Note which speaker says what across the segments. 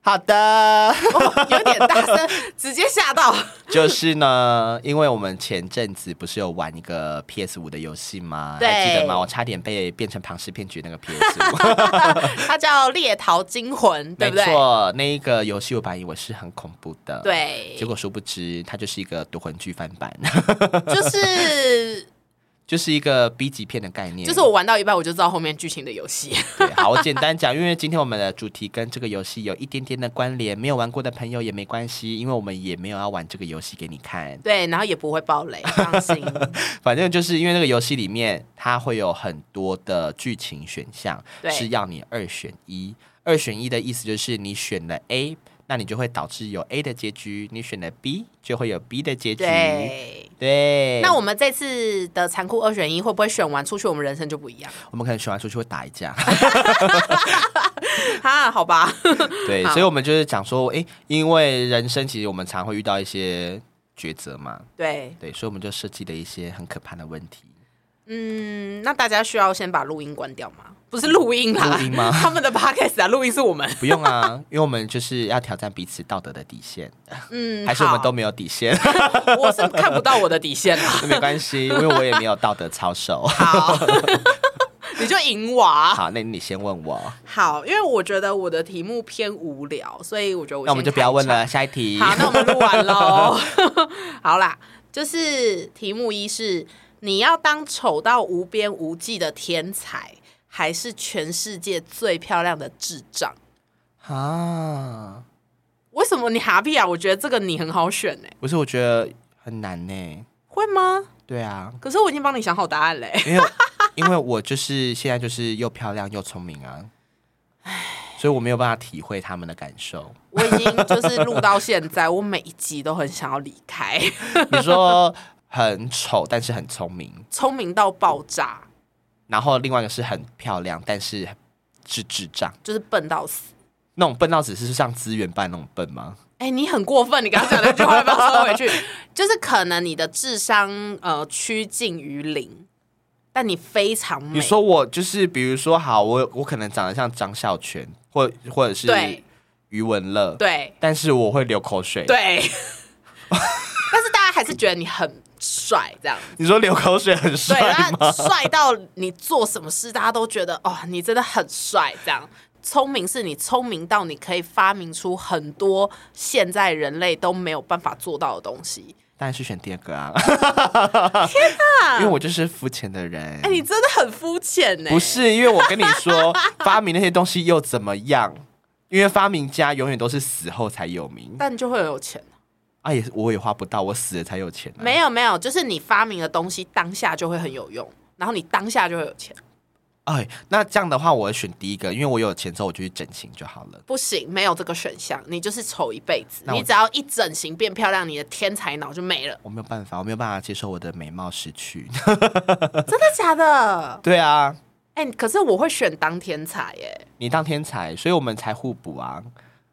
Speaker 1: 好的，
Speaker 2: 哦 有点大声，直接吓到。
Speaker 1: 就是呢，因为我们前阵子不是有玩一个 PS 五的游戏吗？
Speaker 2: 对
Speaker 1: 还记得吗？我差点被变成庞氏骗局那个 PS 五，
Speaker 2: 它叫《猎桃惊魂》， 对
Speaker 1: 没
Speaker 2: 不对？
Speaker 1: 错，那一个游戏我本来以为是很恐怖的，。
Speaker 2: 对
Speaker 1: 结，果殊不知，它就是一个夺魂剧翻版，
Speaker 2: 就是
Speaker 1: 就是一个 B 级片的概念。
Speaker 2: 就是我玩到一半我就知道后面剧情的游戏。
Speaker 1: 对好，我简单讲，因为今天我们的主题跟这个游戏有一点点的关联，没有玩过的朋友也没关系，因为我们也没有要玩这个游戏给你看。
Speaker 2: 对，然后也不会爆 雷，放心。
Speaker 1: 反正就是因为那个游戏里面，它会有很多的剧情选项，
Speaker 2: 对
Speaker 1: 是要你二选一。二选一的意思就是你选了 A，那你就会导致有 A 的结局；你选了 B，就会有 B 的结局。
Speaker 2: 对。
Speaker 1: 对
Speaker 2: 那我们这次的残酷二选一会不会选完出去，我们人生就不一样？
Speaker 1: 我们可能选完出去会打一架，
Speaker 2: 哈，好吧，
Speaker 1: 对，
Speaker 2: 好
Speaker 1: 所以我们就是讲说，诶，因为人生其实我们常会遇到一些抉择嘛，
Speaker 2: 对，
Speaker 1: 对，所以我们就设计了一些很可怕的问 题。
Speaker 2: 嗯，那大家需要先把录音关掉吗？不是录音啦，
Speaker 1: 录音吗
Speaker 2: 他们的 podcast 啊，录音是我们，
Speaker 1: 不用啊，因为我们就是要挑战彼此道德的底线，
Speaker 2: 嗯，
Speaker 1: 还是我们
Speaker 2: 好
Speaker 1: 都没有底线，
Speaker 2: 我是看不到我的底 线 啦。
Speaker 1: 没关系，因为我也没有道德操 守。
Speaker 2: 好， 你就赢我啊。
Speaker 1: 好，那你先问我，
Speaker 2: 好，因为我觉得我的题目偏无聊，所以我觉得我
Speaker 1: 那我们
Speaker 2: 先
Speaker 1: 就不要
Speaker 2: 开
Speaker 1: 问
Speaker 2: 场。
Speaker 1: 了，下一题。
Speaker 2: 好，那我们录 完喽。 好啦，就是题目一是你要当丑到无边无际的天才，还是全世界最漂亮的智障？
Speaker 1: 啊，
Speaker 2: 为什么你哈比啊？我觉得这个你很好选呢、
Speaker 1: 不是，我觉得很难呢。
Speaker 2: 会吗？
Speaker 1: 对啊，
Speaker 2: 可是我已经帮你想好答案嘞、欸
Speaker 1: 因为因为我就是现在就是又漂亮又聪明啊，所以我没有办法体会他们的感受。
Speaker 2: 我已经就是录到现在，我每一集都很想要离开，
Speaker 1: 你说很丑，但是很聪明，
Speaker 2: 聪明到爆炸。
Speaker 1: 然后另外一个是很漂亮，但是是智障，
Speaker 2: 就是笨到死。
Speaker 1: 那种笨到只是像资源班那种笨吗？
Speaker 2: 哎、你很过分！你刚刚讲那句话要不要收回去？ 就是可能你的智商呃趋近于零，但你非常美。
Speaker 1: 你说我就是，比如说，好，我我可能长得像张孝全，或或者是
Speaker 2: 对
Speaker 1: 余文乐，
Speaker 2: 对
Speaker 1: 但是我会流口水。，
Speaker 2: 对，但是大家还是觉得你很帅，这样
Speaker 1: 你说流口水很
Speaker 2: 对，
Speaker 1: 帅
Speaker 2: 然
Speaker 1: 吗？
Speaker 2: 后帅到你做什么事，大家都觉得哦，你真的很帅，这样。聪明是你聪明到你可以发明出很多现在人类都没有办法做到的东西。
Speaker 1: 当然是选第二个啊！天哪，因为我就是肤浅的人。
Speaker 2: 哎、你真的很肤浅欸呢。
Speaker 1: 不是，因为我跟你说，发明那些东西又怎么样？因为发明家永远都是死后才有名，
Speaker 2: 但就会有钱。
Speaker 1: 啊也是我也花不到，我死了才有钱、啊。
Speaker 2: 没有没有，就是你发明的东西当下就会很有用，然后你当下就会有钱。
Speaker 1: 哎，那这样的话，我会选第一个，因为我有钱之后我就去整形就好了。
Speaker 2: 不行，没有这个选项，你就是丑一辈子。
Speaker 1: 那我
Speaker 2: 你只要一整形变漂亮，你的天才脑就没 了。
Speaker 1: 我没有办法，我没有办法接受我的美貌失去。
Speaker 2: 真的假的？
Speaker 1: 对啊，
Speaker 2: 哎、可是我会选当天才耶。
Speaker 1: 你当天才，所以我们才互补啊。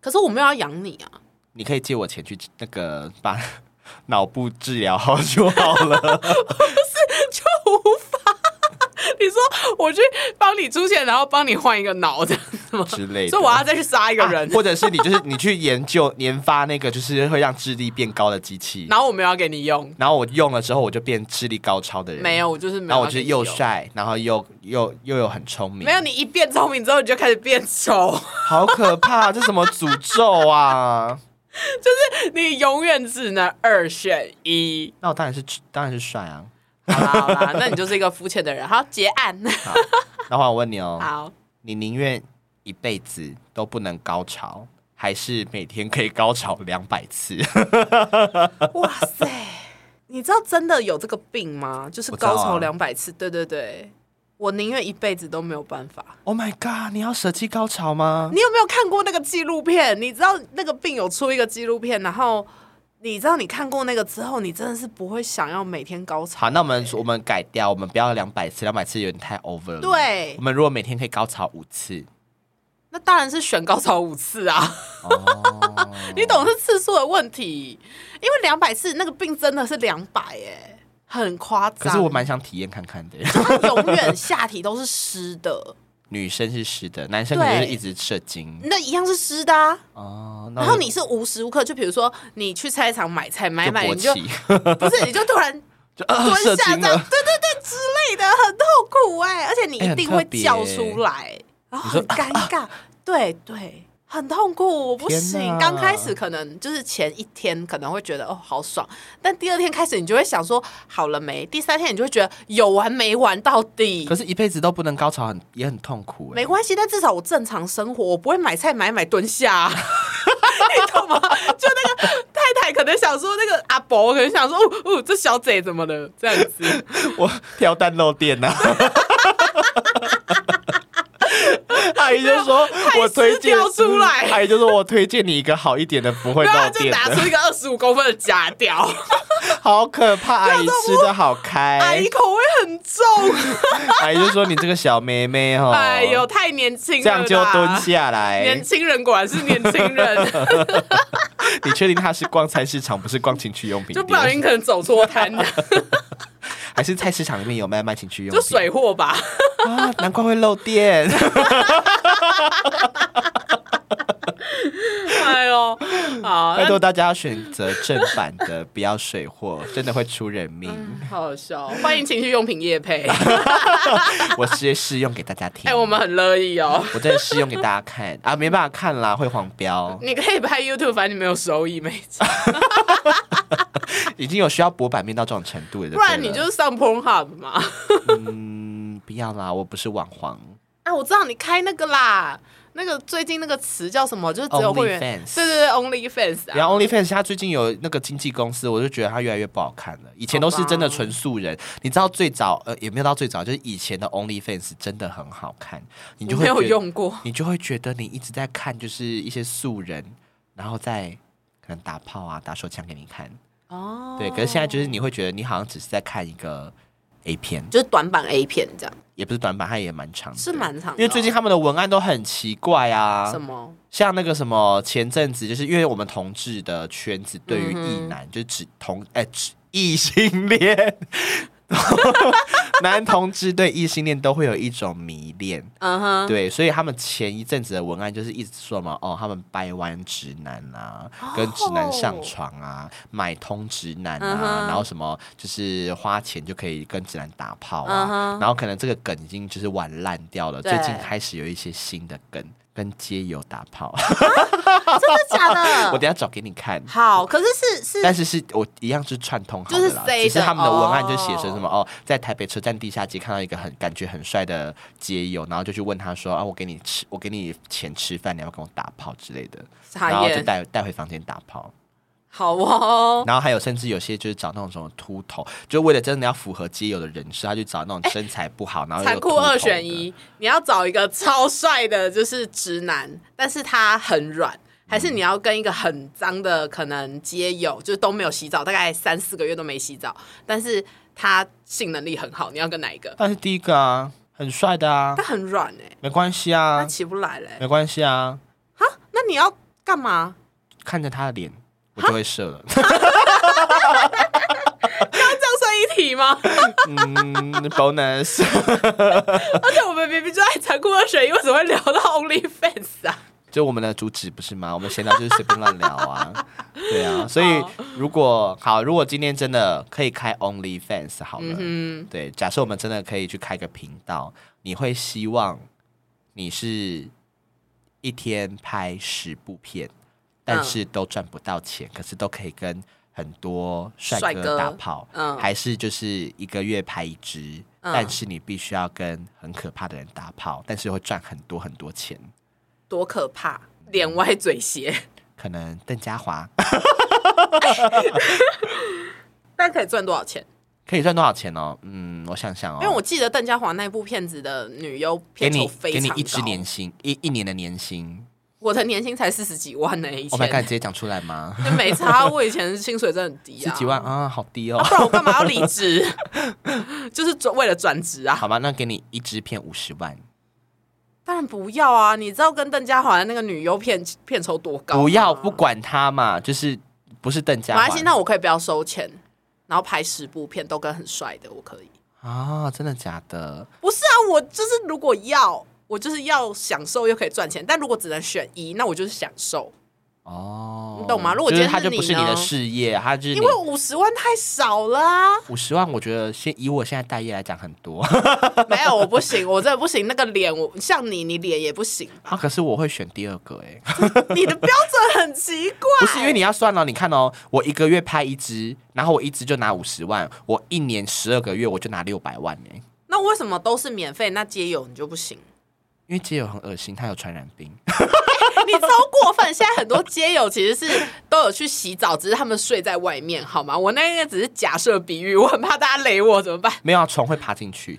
Speaker 2: 可是我没有要养你啊，
Speaker 1: 你可以借我钱去那个把 脑部治疗好就好了。
Speaker 2: 就无法。 你说我去帮你出钱，然后帮你换一个脑这样子吗？
Speaker 1: 之类的
Speaker 2: 所以我要再去杀一个人，
Speaker 1: 啊或者是你就是你去研究研发那个就是会让智力变高的机器，
Speaker 2: 然后我没有要给你用，
Speaker 1: 然后我用了之后我就变智力高超的人，
Speaker 2: 没有，我就是没有
Speaker 1: 然后我
Speaker 2: 要
Speaker 1: 就是
Speaker 2: 给你
Speaker 1: 又
Speaker 2: 用。
Speaker 1: 帅，然后又又又有很聪明，
Speaker 2: 哦没有，你一变聪明之后，你就开始变丑。
Speaker 1: 好可怕，这什么诅咒啊？
Speaker 2: 你永远只能二选一。
Speaker 1: 那我当然是当然是帅啊。
Speaker 2: 好啦好啦，那你就是一个肤浅的人。好，结案。
Speaker 1: 好，那我问你哦，
Speaker 2: 好，
Speaker 1: 你宁愿一辈子都不能高潮，还是每天可以高潮两百次？
Speaker 2: 哇塞，你知道真的有这个病吗？就是
Speaker 1: 我知道啊
Speaker 2: 高潮两百次。对对对，我宁愿一辈子都没有办法。
Speaker 1: Oh my god！你要舍弃高潮吗？
Speaker 2: 你有没有看过那个纪录片？你知道那个病有出一个纪录片，然后你知道你看过那个之后，你真的是不会想要每天高潮。
Speaker 1: 好，那我们我们改掉，我们不要两百次，两百次有点太 over 了。，
Speaker 2: 对
Speaker 1: 我，们如果每天可以高潮五次，
Speaker 2: 那当然是选高潮五次啊。
Speaker 1: 哦，
Speaker 2: 你懂是次数的问题，因为两百次那个病真的是两百哎，很夸张。
Speaker 1: 可是我蛮想体验看看的。
Speaker 2: 它永远下体都是湿的，
Speaker 1: 女生是湿的，男生可能就是
Speaker 2: 对
Speaker 1: 一直射精
Speaker 2: 那一样是湿的啊。
Speaker 1: 哦。那
Speaker 2: 然后
Speaker 1: 我
Speaker 2: 你是无时无刻，就比如说你去菜市场买菜，买
Speaker 1: 就
Speaker 2: 一买
Speaker 1: 勃
Speaker 2: 你就
Speaker 1: 起，
Speaker 2: 不是，你就突然
Speaker 1: 就 啊
Speaker 2: 蹲
Speaker 1: 射
Speaker 2: 下
Speaker 1: 精
Speaker 2: 这样，
Speaker 1: 了。
Speaker 2: 对对对之类的，很痛苦哎、而且你
Speaker 1: 哎
Speaker 2: 一
Speaker 1: 很
Speaker 2: 定
Speaker 1: 特
Speaker 2: 会
Speaker 1: 别
Speaker 2: 叫
Speaker 1: 欸
Speaker 2: 出来，然后
Speaker 1: 你说啊
Speaker 2: 很尴尬，对对，很痛苦，我不
Speaker 1: 天
Speaker 2: 行。
Speaker 1: 哪
Speaker 2: 刚开始可能就是前一天可能会觉得哦好爽，但第二天开始你就会想说好了没，第三天你就会觉得有完没完到底
Speaker 1: 可。是，一辈子都不能高潮很，也很痛苦、欸。
Speaker 2: 没关系，但至少我正常生活，我不会买菜买一买蹲下、啊， 你懂吗？就那个太太可能想说，那个阿伯可能想说，哦哦，这小姐怎么了？这样子，
Speaker 1: 我挑蛋漏电 呐、啊。阿姨就说：“我推荐嗯
Speaker 2: 还是掉出来
Speaker 1: 阿姨就说：“我推荐你一个好一点的，不会
Speaker 2: 对啊，
Speaker 1: 漏
Speaker 2: 就
Speaker 1: 电
Speaker 2: 拿
Speaker 1: 的，
Speaker 2: 出一个二十五公分的假 屌，
Speaker 1: 好可怕。”阿姨吃的好开，
Speaker 2: 阿姨口味很重，
Speaker 1: 阿姨就说：“你这个小妹妹哦，
Speaker 2: 哎呦，太年轻了，
Speaker 1: 这样就蹲。下来
Speaker 2: 年。轻人果然是年轻人，
Speaker 1: 你确定她是逛菜市场，不是逛情趣用品
Speaker 2: 就不小
Speaker 1: 店？
Speaker 2: 心可能走错摊 了，
Speaker 1: 还是菜市场里面有卖卖情趣用
Speaker 2: 就
Speaker 1: 品？
Speaker 2: 水货吧。
Speaker 1: 啊，难怪会漏 电。
Speaker 2: 哎呦，好，
Speaker 1: 拜
Speaker 2: 那
Speaker 1: 托大家要选择正版的，不要水货，真的会出人命。
Speaker 2: 好好笑。欢迎情趣用品业配，
Speaker 1: 我直接试用给大家听。
Speaker 2: 哎，我们很乐意哦。
Speaker 1: 我真的试用给大家看啊，没办法看啦，会黄 标。
Speaker 2: 你可以拍 YouTube，反正你没有收益，没差。
Speaker 1: 已经有需要博版面到这种程度了，
Speaker 2: 不然
Speaker 1: 对
Speaker 2: 你
Speaker 1: 了
Speaker 2: 就是上 Pornhub 嘛。
Speaker 1: 嗯不要啦，我不是网黄，
Speaker 2: 啊，我知道你开那个啦，那个最近那个词叫什么？就是只有会员，
Speaker 1: OnlyFans
Speaker 2: 对对对，OnlyFans 啊。
Speaker 1: 然后 OnlyFans 他最近有那个经纪公司，我就觉得他越来越不好看了。以前都是真的纯素人，你知道最早呃也没有到最早，就是以前的 OnlyFans 真的很好看，你就
Speaker 2: 我
Speaker 1: 会
Speaker 2: 没有
Speaker 1: 觉得，
Speaker 2: 用过，
Speaker 1: 你就会觉得你一直在看就是一些素人，然后再可能打炮啊打手枪给你看，
Speaker 2: 哦
Speaker 1: 对。可是现在就是你会觉得你好像只是在看一个 A 片，
Speaker 2: 就是短版 A 片这样，
Speaker 1: 也不是短版，它也蛮长的，
Speaker 2: 是蛮长的哦
Speaker 1: 因为最近他们的文案都很奇怪啊
Speaker 2: 什，么？
Speaker 1: 像那个什么前阵子，就是因为我们同志的圈子对
Speaker 2: 嗯
Speaker 1: 于异男，就是指同哎、指异性恋， 男同志对异性恋都会有一种迷恋，
Speaker 2: 嗯 哼，
Speaker 1: 对，所以他们前一阵子的文案就是一直说嘛，哦，他们掰弯直男啊，
Speaker 2: 哦
Speaker 1: 跟直男上床啊，买通直男
Speaker 2: 嗯
Speaker 1: 啊，
Speaker 2: 哼
Speaker 1: 然后什么就是花钱就可以跟直男打炮
Speaker 2: 嗯
Speaker 1: 啊，
Speaker 2: 哼
Speaker 1: 然后可能这个梗已经就是玩烂掉了，
Speaker 2: 对
Speaker 1: 最近开始有一些新的梗。跟街友打炮，
Speaker 2: 嗯真的假
Speaker 1: 我
Speaker 2: 的？
Speaker 1: 等一下找给你看。
Speaker 2: 好，可是是
Speaker 1: 但
Speaker 2: 是
Speaker 1: 是是我一样是串通好
Speaker 2: 就
Speaker 1: 的
Speaker 2: 是
Speaker 1: 啦，
Speaker 2: 塞
Speaker 1: 只是
Speaker 2: 的
Speaker 1: 他们的文案就写
Speaker 2: 哦
Speaker 1: 成什么哦在台北车站地下街看到一个很感觉很帅的街友，然后就去问他说啊，我给你吃，我给你钱吃饭，你要不要跟我打炮之类的，然
Speaker 2: 傻
Speaker 1: 后就
Speaker 2: 眼，
Speaker 1: 带带回房间打炮，
Speaker 2: 好哦。
Speaker 1: 然后还有甚至有些就是找那种什么秃头，就为了真的要符合街友的人设，他就找那种身材不好，然后又
Speaker 2: 哎残
Speaker 1: 啊有
Speaker 2: 酷
Speaker 1: 秃头
Speaker 2: 二
Speaker 1: 的
Speaker 2: 选，一，你要找一个超帅的，就是直男，但是他很软，还是你
Speaker 1: 嗯
Speaker 2: 要跟一个很脏的，可能街友，就是都没有洗澡，大概三四个月都没洗澡，但是他性能力很好，你要跟哪一个？
Speaker 1: 但是第一个啊，很帅的啊
Speaker 2: 他，很软哎、
Speaker 1: 没关系
Speaker 2: 他
Speaker 1: 啊，
Speaker 2: 起不来嘞、
Speaker 1: 没关系啊，
Speaker 2: 那你要干嘛？
Speaker 1: 看着他的脸，我就会射了。
Speaker 2: 啊这样算一题吗？
Speaker 1: 嗯，bonus。
Speaker 2: 而且我们明明就在残酷二选一，为什么会聊到 OnlyFans 啊？
Speaker 1: 就我们的主旨不是吗？我们闲聊就是随便乱聊 啊，对啊。所以如果好，如果今天真的可以开 OnlyFans 好了，
Speaker 2: 嗯
Speaker 1: 对，假设我们真的可以去开个频道，你会希望你是一天拍十部片，
Speaker 2: 嗯
Speaker 1: 但是都赚不到钱，可是都可以跟很多帅
Speaker 2: 帅哥
Speaker 1: 哥打炮，
Speaker 2: 嗯
Speaker 1: 还是就是一个月拍一支，
Speaker 2: 嗯
Speaker 1: 但是你必须要跟很可怕的人打炮，但是会赚很多很多钱。
Speaker 2: 多可怕！脸歪嘴斜，
Speaker 1: 可能邓家华
Speaker 2: 但可以赚多少钱？
Speaker 1: 可以赚多少钱哦？嗯，我想想哦，
Speaker 2: 因为我记得邓家华那部片子的女优
Speaker 1: 给
Speaker 2: 片酬
Speaker 1: 你
Speaker 2: 非
Speaker 1: 给
Speaker 2: 常
Speaker 1: 你
Speaker 2: 高，
Speaker 1: 一支年薪，一一年的年薪
Speaker 2: 我的年薪才四十几万呢、以前、
Speaker 1: ，Oh my god，直接讲出来 吗？
Speaker 2: 就没差。我以前薪水真的很低
Speaker 1: 十
Speaker 2: 啊，
Speaker 1: 几万啊，好低哦
Speaker 2: 啊，。不然我干嘛要离职？ 就是转为了转职啊！
Speaker 1: 好吧，那给你一支片五十万，
Speaker 2: 当然不要啊！你知道跟邓家华的那个女优片片酬多高吗？
Speaker 1: 不要不管他嘛，就是不是邓家
Speaker 2: 马
Speaker 1: 华
Speaker 2: 来西亚那我可以不要收钱，然后拍十部片都跟很帅的，我可以。
Speaker 1: 啊？真的假的？
Speaker 2: 不是啊，我就是如果要，我就是要享受又可以赚钱，但如果只能选一，那我就是享受，
Speaker 1: 哦，
Speaker 2: 你懂吗如果
Speaker 1: 就
Speaker 2: 今
Speaker 1: 是
Speaker 2: 天
Speaker 1: 它
Speaker 2: 是
Speaker 1: 就不
Speaker 2: 你
Speaker 1: 是你的
Speaker 2: 呢
Speaker 1: 事业，它就是
Speaker 2: 因
Speaker 1: 你
Speaker 2: 为五十万太少了啊、
Speaker 1: 五十万，我觉得现以我现在待业来讲很多
Speaker 2: 没有，我不行，我真的不行。那个脸，我像你，你脸也不行，
Speaker 1: 啊，可是我会选第二个哎、
Speaker 2: 你的标准很奇怪。
Speaker 1: 不是因为你要算哦，你看哦，我一个月拍一支，然后我一支就拿五十万，我一年十二个月我就拿六百万哎、
Speaker 2: 那为什么都是免费，那街友你就不行？
Speaker 1: 因为街友很恶心，他有传染病，
Speaker 2: 你超过分！现在很多街友其实是都有去洗澡，只是他们睡在外面，好吗？我那个只是假设比喻，我很怕大家雷我，怎么办？
Speaker 1: 没有啊，虫会爬进去，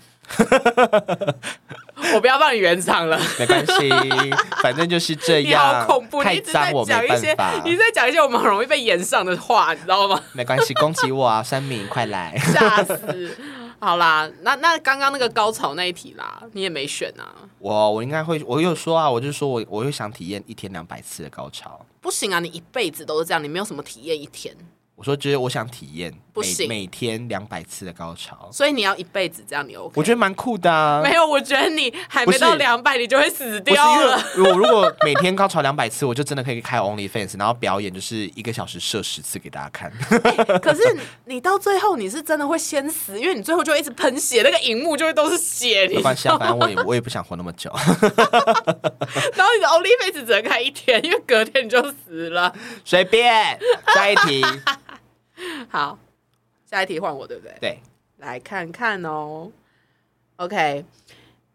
Speaker 2: 我不要帮你圆场了。
Speaker 1: 没关 系，反正就是这
Speaker 2: 你好
Speaker 1: 样，
Speaker 2: 恐怖！你
Speaker 1: 哎太
Speaker 2: 一直在
Speaker 1: 脏我
Speaker 2: 讲
Speaker 1: 没
Speaker 2: 一
Speaker 1: 办
Speaker 2: 些，
Speaker 1: 法
Speaker 2: 你，一直在讲一些我们很容易被延上的话，你知道吗？
Speaker 1: 没关系，攻击我啊，三明，快来，
Speaker 2: 吓死！好啦，那那刚刚那个高潮那一题啦，你也没选啊？
Speaker 1: 我我应该会，我有说啊，我就说我我又想体验一天两百次的高潮，
Speaker 2: 不行啊，你一辈子都是这样，你没有什么体验一天，
Speaker 1: 我说就是我想体验
Speaker 2: 不
Speaker 1: 每
Speaker 2: 行
Speaker 1: 每天两百次的高潮，
Speaker 2: 所以你要一辈子这样，你 OK？
Speaker 1: 我觉得蛮酷的啊。
Speaker 2: 没有，我觉得你还
Speaker 1: 不
Speaker 2: 没
Speaker 1: 是
Speaker 2: 到两百，你就会死
Speaker 1: 不是
Speaker 2: 掉了。
Speaker 1: 因为我如果每天高潮两百次，我就真的可以开 OnlyFans，然后表演就是一个小时射十次给大家看。
Speaker 2: 可是你到最后，你是真的会先死，因为你最后就会一直喷血，那个荧幕就会都是血，你
Speaker 1: 没关系啊，反正我也我也不想活那么久。
Speaker 2: 然后你的 only face 只能开一天，因为隔天你就死了。
Speaker 1: 随便，下一题。
Speaker 2: 好，下一题换我，对不对？
Speaker 1: 对，
Speaker 2: 来看看哦。OK，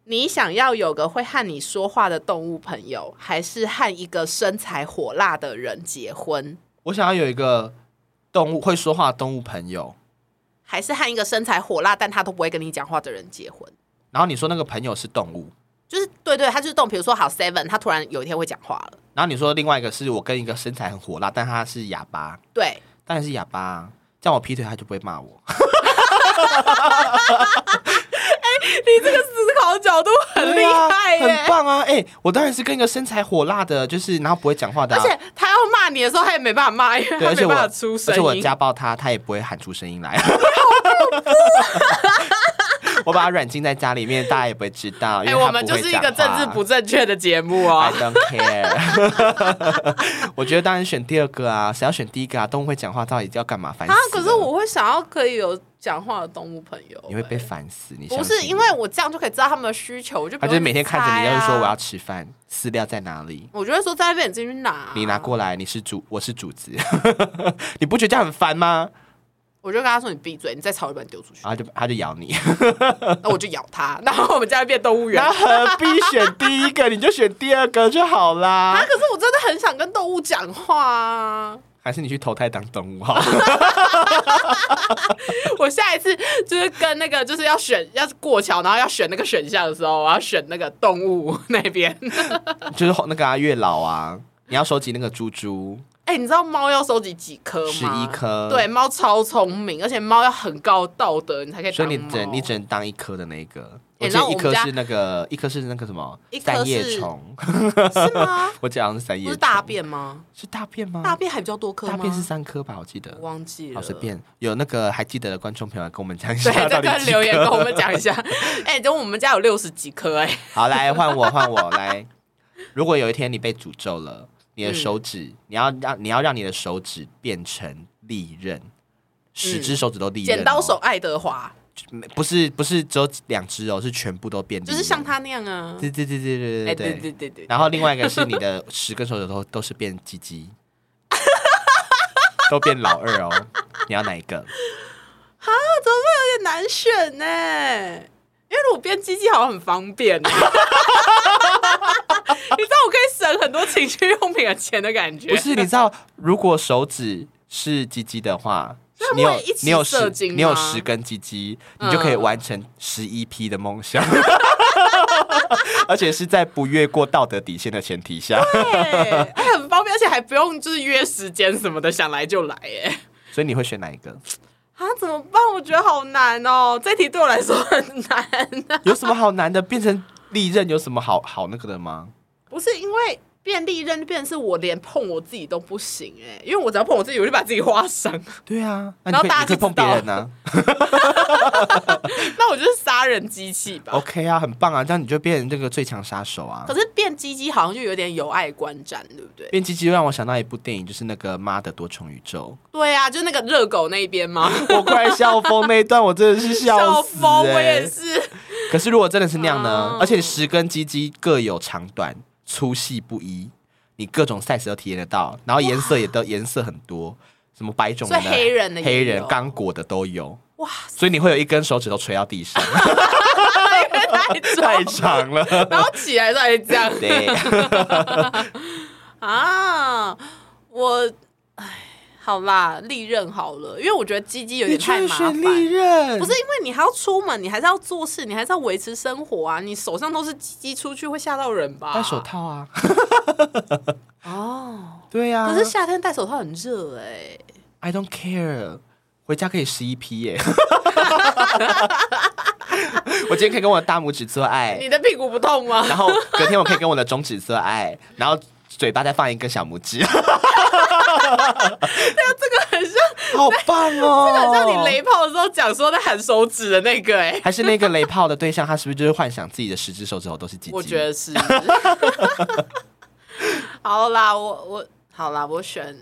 Speaker 2: 你想要有个会和你说话的动物朋友，还是和一个身材火辣的人结婚？
Speaker 1: 我想要有一个动物会说话的动物朋友。
Speaker 2: 还是和一个身材火辣但他都不会跟你讲话的人结婚？
Speaker 1: 然后你说那个朋友是动物，
Speaker 2: 就是对对，他就是动，比如说好 Seven，他突然有一天会讲话了，
Speaker 1: 然后你说另外一个是我跟一个身材很火辣，但他是哑巴，
Speaker 2: 对，
Speaker 1: 当然是哑巴啊，这样我劈腿他就不会骂我。
Speaker 2: 你这个思考角度很
Speaker 1: 对
Speaker 2: 厉
Speaker 1: 啊
Speaker 2: 害耶！
Speaker 1: 很棒啊！哎、我当然是跟一个身材火辣的，就是然后不会讲话的、
Speaker 2: 而
Speaker 1: 啊，
Speaker 2: 且他要骂你的时候，他也没办法骂，因为
Speaker 1: 对，
Speaker 2: 他
Speaker 1: 而且
Speaker 2: 没
Speaker 1: 我
Speaker 2: 办法出
Speaker 1: 而且我
Speaker 2: 声音。
Speaker 1: 家暴他，他也不会喊出声音来。 我把他软禁在家里面，大家也不会知道。因
Speaker 2: 哎、
Speaker 1: 为
Speaker 2: 我
Speaker 1: 他
Speaker 2: 们
Speaker 1: 不
Speaker 2: 就
Speaker 1: 会
Speaker 2: 是一
Speaker 1: 讲
Speaker 2: 个政治
Speaker 1: 话哎
Speaker 2: 不正确的节目
Speaker 1: I
Speaker 2: 哦。
Speaker 1: don't care。我 觉得当然选第二个啊，谁要选第一个啊？动物会讲话到底要干嘛？烦死
Speaker 2: 啊
Speaker 1: 了！，
Speaker 2: 可是我会想要可以有讲话的动物朋友、
Speaker 1: 你会被
Speaker 2: 哎
Speaker 1: 烦死，你
Speaker 2: 不
Speaker 1: 相
Speaker 2: 是
Speaker 1: 信
Speaker 2: 因
Speaker 1: 我
Speaker 2: 为我这样就可以知道他们的需求，我就不
Speaker 1: 他
Speaker 2: 用
Speaker 1: 就是每天看着你，
Speaker 2: 去猜
Speaker 1: 要
Speaker 2: 啊
Speaker 1: 是说我要，吃饭，饲料在哪里？
Speaker 2: 我就会说在那边你自己去拿，啊
Speaker 1: 你拿，过来，你是主，我是主子， 你不觉得这样很烦吗？
Speaker 2: 我就跟他说你闭嘴，你再吵就把你丢出去，
Speaker 1: 然后就他就咬你，
Speaker 2: 那我就咬他，然后我们家就变动物园。
Speaker 1: 那何必选第一个？你就选第二个就好啦。
Speaker 2: 啊！可是我真的很想跟动物讲话啊！
Speaker 1: 还是你去投胎当动物好了？
Speaker 2: 我下一次就是跟那个就是要选要是过桥，然后要选那个选项的时候，我要选那个动物那边。
Speaker 1: 就是那个啊，月老啊，你要收集那个珠珠，
Speaker 2: 哎、你知道猫要收集几颗吗？
Speaker 1: 11颗
Speaker 2: 对，猫超聪明，而且猫要很高道德，你才可以
Speaker 1: 所
Speaker 2: 当
Speaker 1: 以
Speaker 2: 猫。
Speaker 1: 你只能你只能当一颗的那一个。我
Speaker 2: 欸
Speaker 1: 记
Speaker 2: 那
Speaker 1: 得
Speaker 2: 我
Speaker 1: 一
Speaker 2: 们
Speaker 1: 颗
Speaker 2: 家
Speaker 1: 是那个，一颗是那个什么
Speaker 2: 一颗
Speaker 1: 三叶
Speaker 2: 是
Speaker 1: 虫，
Speaker 2: 是吗？
Speaker 1: 我记得好像是三叶
Speaker 2: 不
Speaker 1: 虫。
Speaker 2: 是大便吗？
Speaker 1: 是大便吗？
Speaker 2: 大便还比较多颗吗？
Speaker 1: 大便是三颗吧，我记
Speaker 2: 我
Speaker 1: 得。
Speaker 2: 忘记了。
Speaker 1: 好随。便，有那个还记得的观众朋友来跟我们讲一
Speaker 2: 对，
Speaker 1: 下到
Speaker 2: 再
Speaker 1: 底
Speaker 2: 跟
Speaker 1: 几
Speaker 2: 留言
Speaker 1: 颗
Speaker 2: 跟我们 讲一下。哎、等我们家有六十几颗哎、
Speaker 1: 好，来换我，换我来。如果有一天你被诅咒了，你的手指，你要让你要让你的手指变成利刃，十只手指都利刃、哦
Speaker 2: 嗯剪刀手爱德华
Speaker 1: 不是不是只有两只哦，是全部都变利刃，
Speaker 2: 就是像他那样啊。
Speaker 1: 对对对对对对
Speaker 2: 哎、对
Speaker 1: 对。
Speaker 2: 对对对。
Speaker 1: 然后另外一个是你的十根手指头都是变鸡 鸡，都变老二哦。你要哪一个？
Speaker 2: 有点难选呢、因为如果编机器好像很方便、 你知道我可以省很多情趣用品的钱的感觉。
Speaker 1: 不是，你知道如果手指是鸡鸡的 话
Speaker 2: 所以。它
Speaker 1: 你有
Speaker 2: 会一起
Speaker 1: 你有
Speaker 2: 射
Speaker 1: 十
Speaker 2: 精吗
Speaker 1: 你有十根鸡鸡，你就可以
Speaker 2: 嗯
Speaker 1: 完成十一批的梦想， 而且是在不越过道德底线的前提下，
Speaker 2: 对，哎，很方便，而且还不用就是约时间什么的，想来就来、哎，
Speaker 1: 所以你会选哪一个？
Speaker 2: 啊，怎么办？我觉得好难哦，这题对我来说很难、啊
Speaker 1: 有什么好难的？变成利刃有什么好好那个的吗？
Speaker 2: 不是因为便利扔变成是我连碰我自己都不行哎、因为我只要碰我自己，我就把自己划伤，
Speaker 1: 对啊，那
Speaker 2: 然
Speaker 1: 你可
Speaker 2: 后
Speaker 1: 以
Speaker 2: 大家
Speaker 1: 你可以
Speaker 2: 就
Speaker 1: 碰
Speaker 2: 知
Speaker 1: 别
Speaker 2: 道
Speaker 1: 人啊
Speaker 2: 那我就是杀人机器吧。
Speaker 1: ，OK 啊，很棒啊，这样你就变成这个最强杀手啊
Speaker 2: 可。是变鸡鸡好像就有点有碍观瞻，对不对？
Speaker 1: 变鸡鸡让我想到一部电影，就是那个《妈的多重宇宙
Speaker 2: 对啊，就那个热狗那一 边嘛，》，
Speaker 1: 我快笑疯那一段，我真的是
Speaker 2: 笑
Speaker 1: 死、
Speaker 2: 疯，我
Speaker 1: 欸
Speaker 2: 也 是。
Speaker 1: 可是如果真的是那样呢
Speaker 2: 哦？
Speaker 1: 而且十根鸡鸡各有长短，粗细不一，你各种 size 都体验得到，然后颜色也都颜色很多，什么白种的、
Speaker 2: 所以黑人的也有
Speaker 1: 黑人、刚果的都有，
Speaker 2: 哇，
Speaker 1: 所以你会有一根手指头垂到地 上，
Speaker 2: 啊太
Speaker 1: 太
Speaker 2: 重，
Speaker 1: 长了。
Speaker 2: 然后起来再这样
Speaker 1: 对，
Speaker 2: 啊，我哎，好啦，利刃好了，因为我觉得鸡鸡有点太麻烦。
Speaker 1: 刃
Speaker 2: 不是因为你还要出门，你还是要做事，你还是要维持生活啊！你手上都是鸡鸡，出去会吓到人吧？
Speaker 1: 戴手套啊？
Speaker 2: 哦，
Speaker 1: 对呀、啊。
Speaker 2: 可是夏天戴手套很热哎、
Speaker 1: I don't care，回家可以十一批耶。 我今天可以跟我的大拇指做爱，
Speaker 2: 你的屁股不痛吗？
Speaker 1: 然后隔天我可以跟我的中指做爱，然后嘴巴再放一根小拇 指，
Speaker 2: 这个很像，
Speaker 1: 好棒哦！
Speaker 2: 这个很像你雷炮的时候讲说在喊手指的那个哎、
Speaker 1: 还是那个雷炮的对象，他是不是就是幻想自己的十只手指头都是鸡鸡？
Speaker 2: 我觉 得是。好啦，我我好啦，我选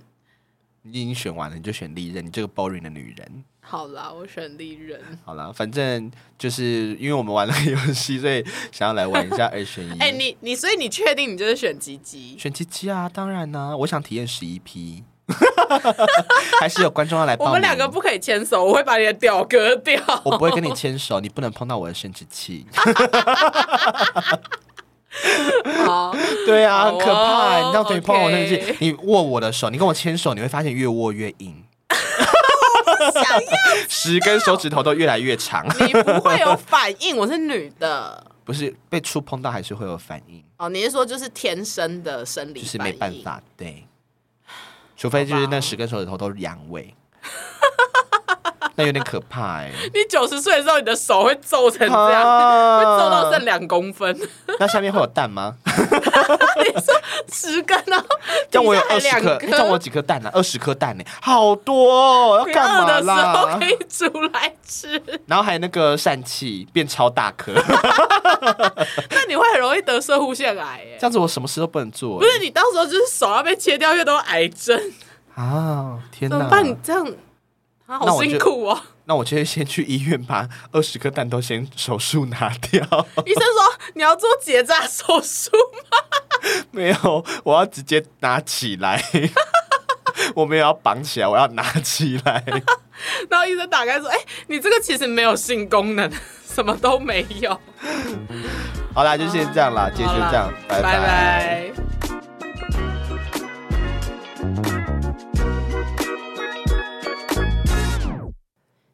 Speaker 1: 你已经选完了，你就选利刃，你这个 boring 的女人。
Speaker 2: 好啦，我选利刃。
Speaker 1: 好了，反正就是因为我们玩了个游戏，所以想要来玩一下二选一。
Speaker 2: 哎、你你所以你确定你就是选吉吉？
Speaker 1: 选鸡鸡啊，当然啦、我想体验十一批， 还是有观众要来报
Speaker 2: 我
Speaker 1: 名。
Speaker 2: 们两个不哦可以牵手，我会把你的屌割掉。
Speaker 1: 我不会跟你牵手，你不能碰到我的生殖器。
Speaker 2: 好，
Speaker 1: 对啊，
Speaker 2: 好
Speaker 1: 很可怕。
Speaker 2: 哦
Speaker 1: 你让对方我那
Speaker 2: OK
Speaker 1: 是你握我的手，你跟我牵手，你会发现越握越 硬， 十根手指头都越来越长。
Speaker 2: 你不会有反应，我是女的。
Speaker 1: 不是被触碰到还是会有反应，
Speaker 2: 哦，你是说就是天生的生理
Speaker 1: 就是
Speaker 2: 反
Speaker 1: 没
Speaker 2: 应？
Speaker 1: 办法，对，除非就是
Speaker 2: 好吧
Speaker 1: 那十根手指头都是阳 痿，那有点可怕哎、
Speaker 2: 你九十岁的时候，你的手会皱成这
Speaker 1: 啊
Speaker 2: 样，会皱到剩两公分，
Speaker 1: 那下面会有蛋吗？
Speaker 2: 十根，然啊后
Speaker 1: 让我有
Speaker 2: 底
Speaker 1: 二
Speaker 2: 下还
Speaker 1: 十颗，
Speaker 2: 两根
Speaker 1: 让我有几颗蛋呢、啊？二十颗蛋呢、好多、哦，要
Speaker 2: 你
Speaker 1: 干嘛
Speaker 2: 饿的时候
Speaker 1: 啦
Speaker 2: 可？以煮来吃。
Speaker 1: 然后还有那个疝气变超大颗，
Speaker 2: 那你会很容易得射护腺癌耶
Speaker 1: 这。样子我什么事都不能做、欸
Speaker 2: 不是你到时候就是手要被切掉，越多癌症
Speaker 1: 啊！天
Speaker 2: 怎么
Speaker 1: 哪！
Speaker 2: 办？你这样，啊，
Speaker 1: 那
Speaker 2: 好
Speaker 1: 我就
Speaker 2: 辛苦哦。
Speaker 1: 那我就先去医院把二十颗蛋都先手术拿掉。
Speaker 2: 医生说你要做结扎手术，
Speaker 1: 没有，我要直接拿起来。 我没有要绑起来，我要拿起来。
Speaker 2: 然后医生打开说：“哎、你这个其实没有性功能，什么都没有。
Speaker 1: 好啦，就先这样啦，”今天
Speaker 2: 好
Speaker 1: 就
Speaker 2: 啦
Speaker 1: 这样，拜
Speaker 2: 拜
Speaker 1: 拜
Speaker 2: 拜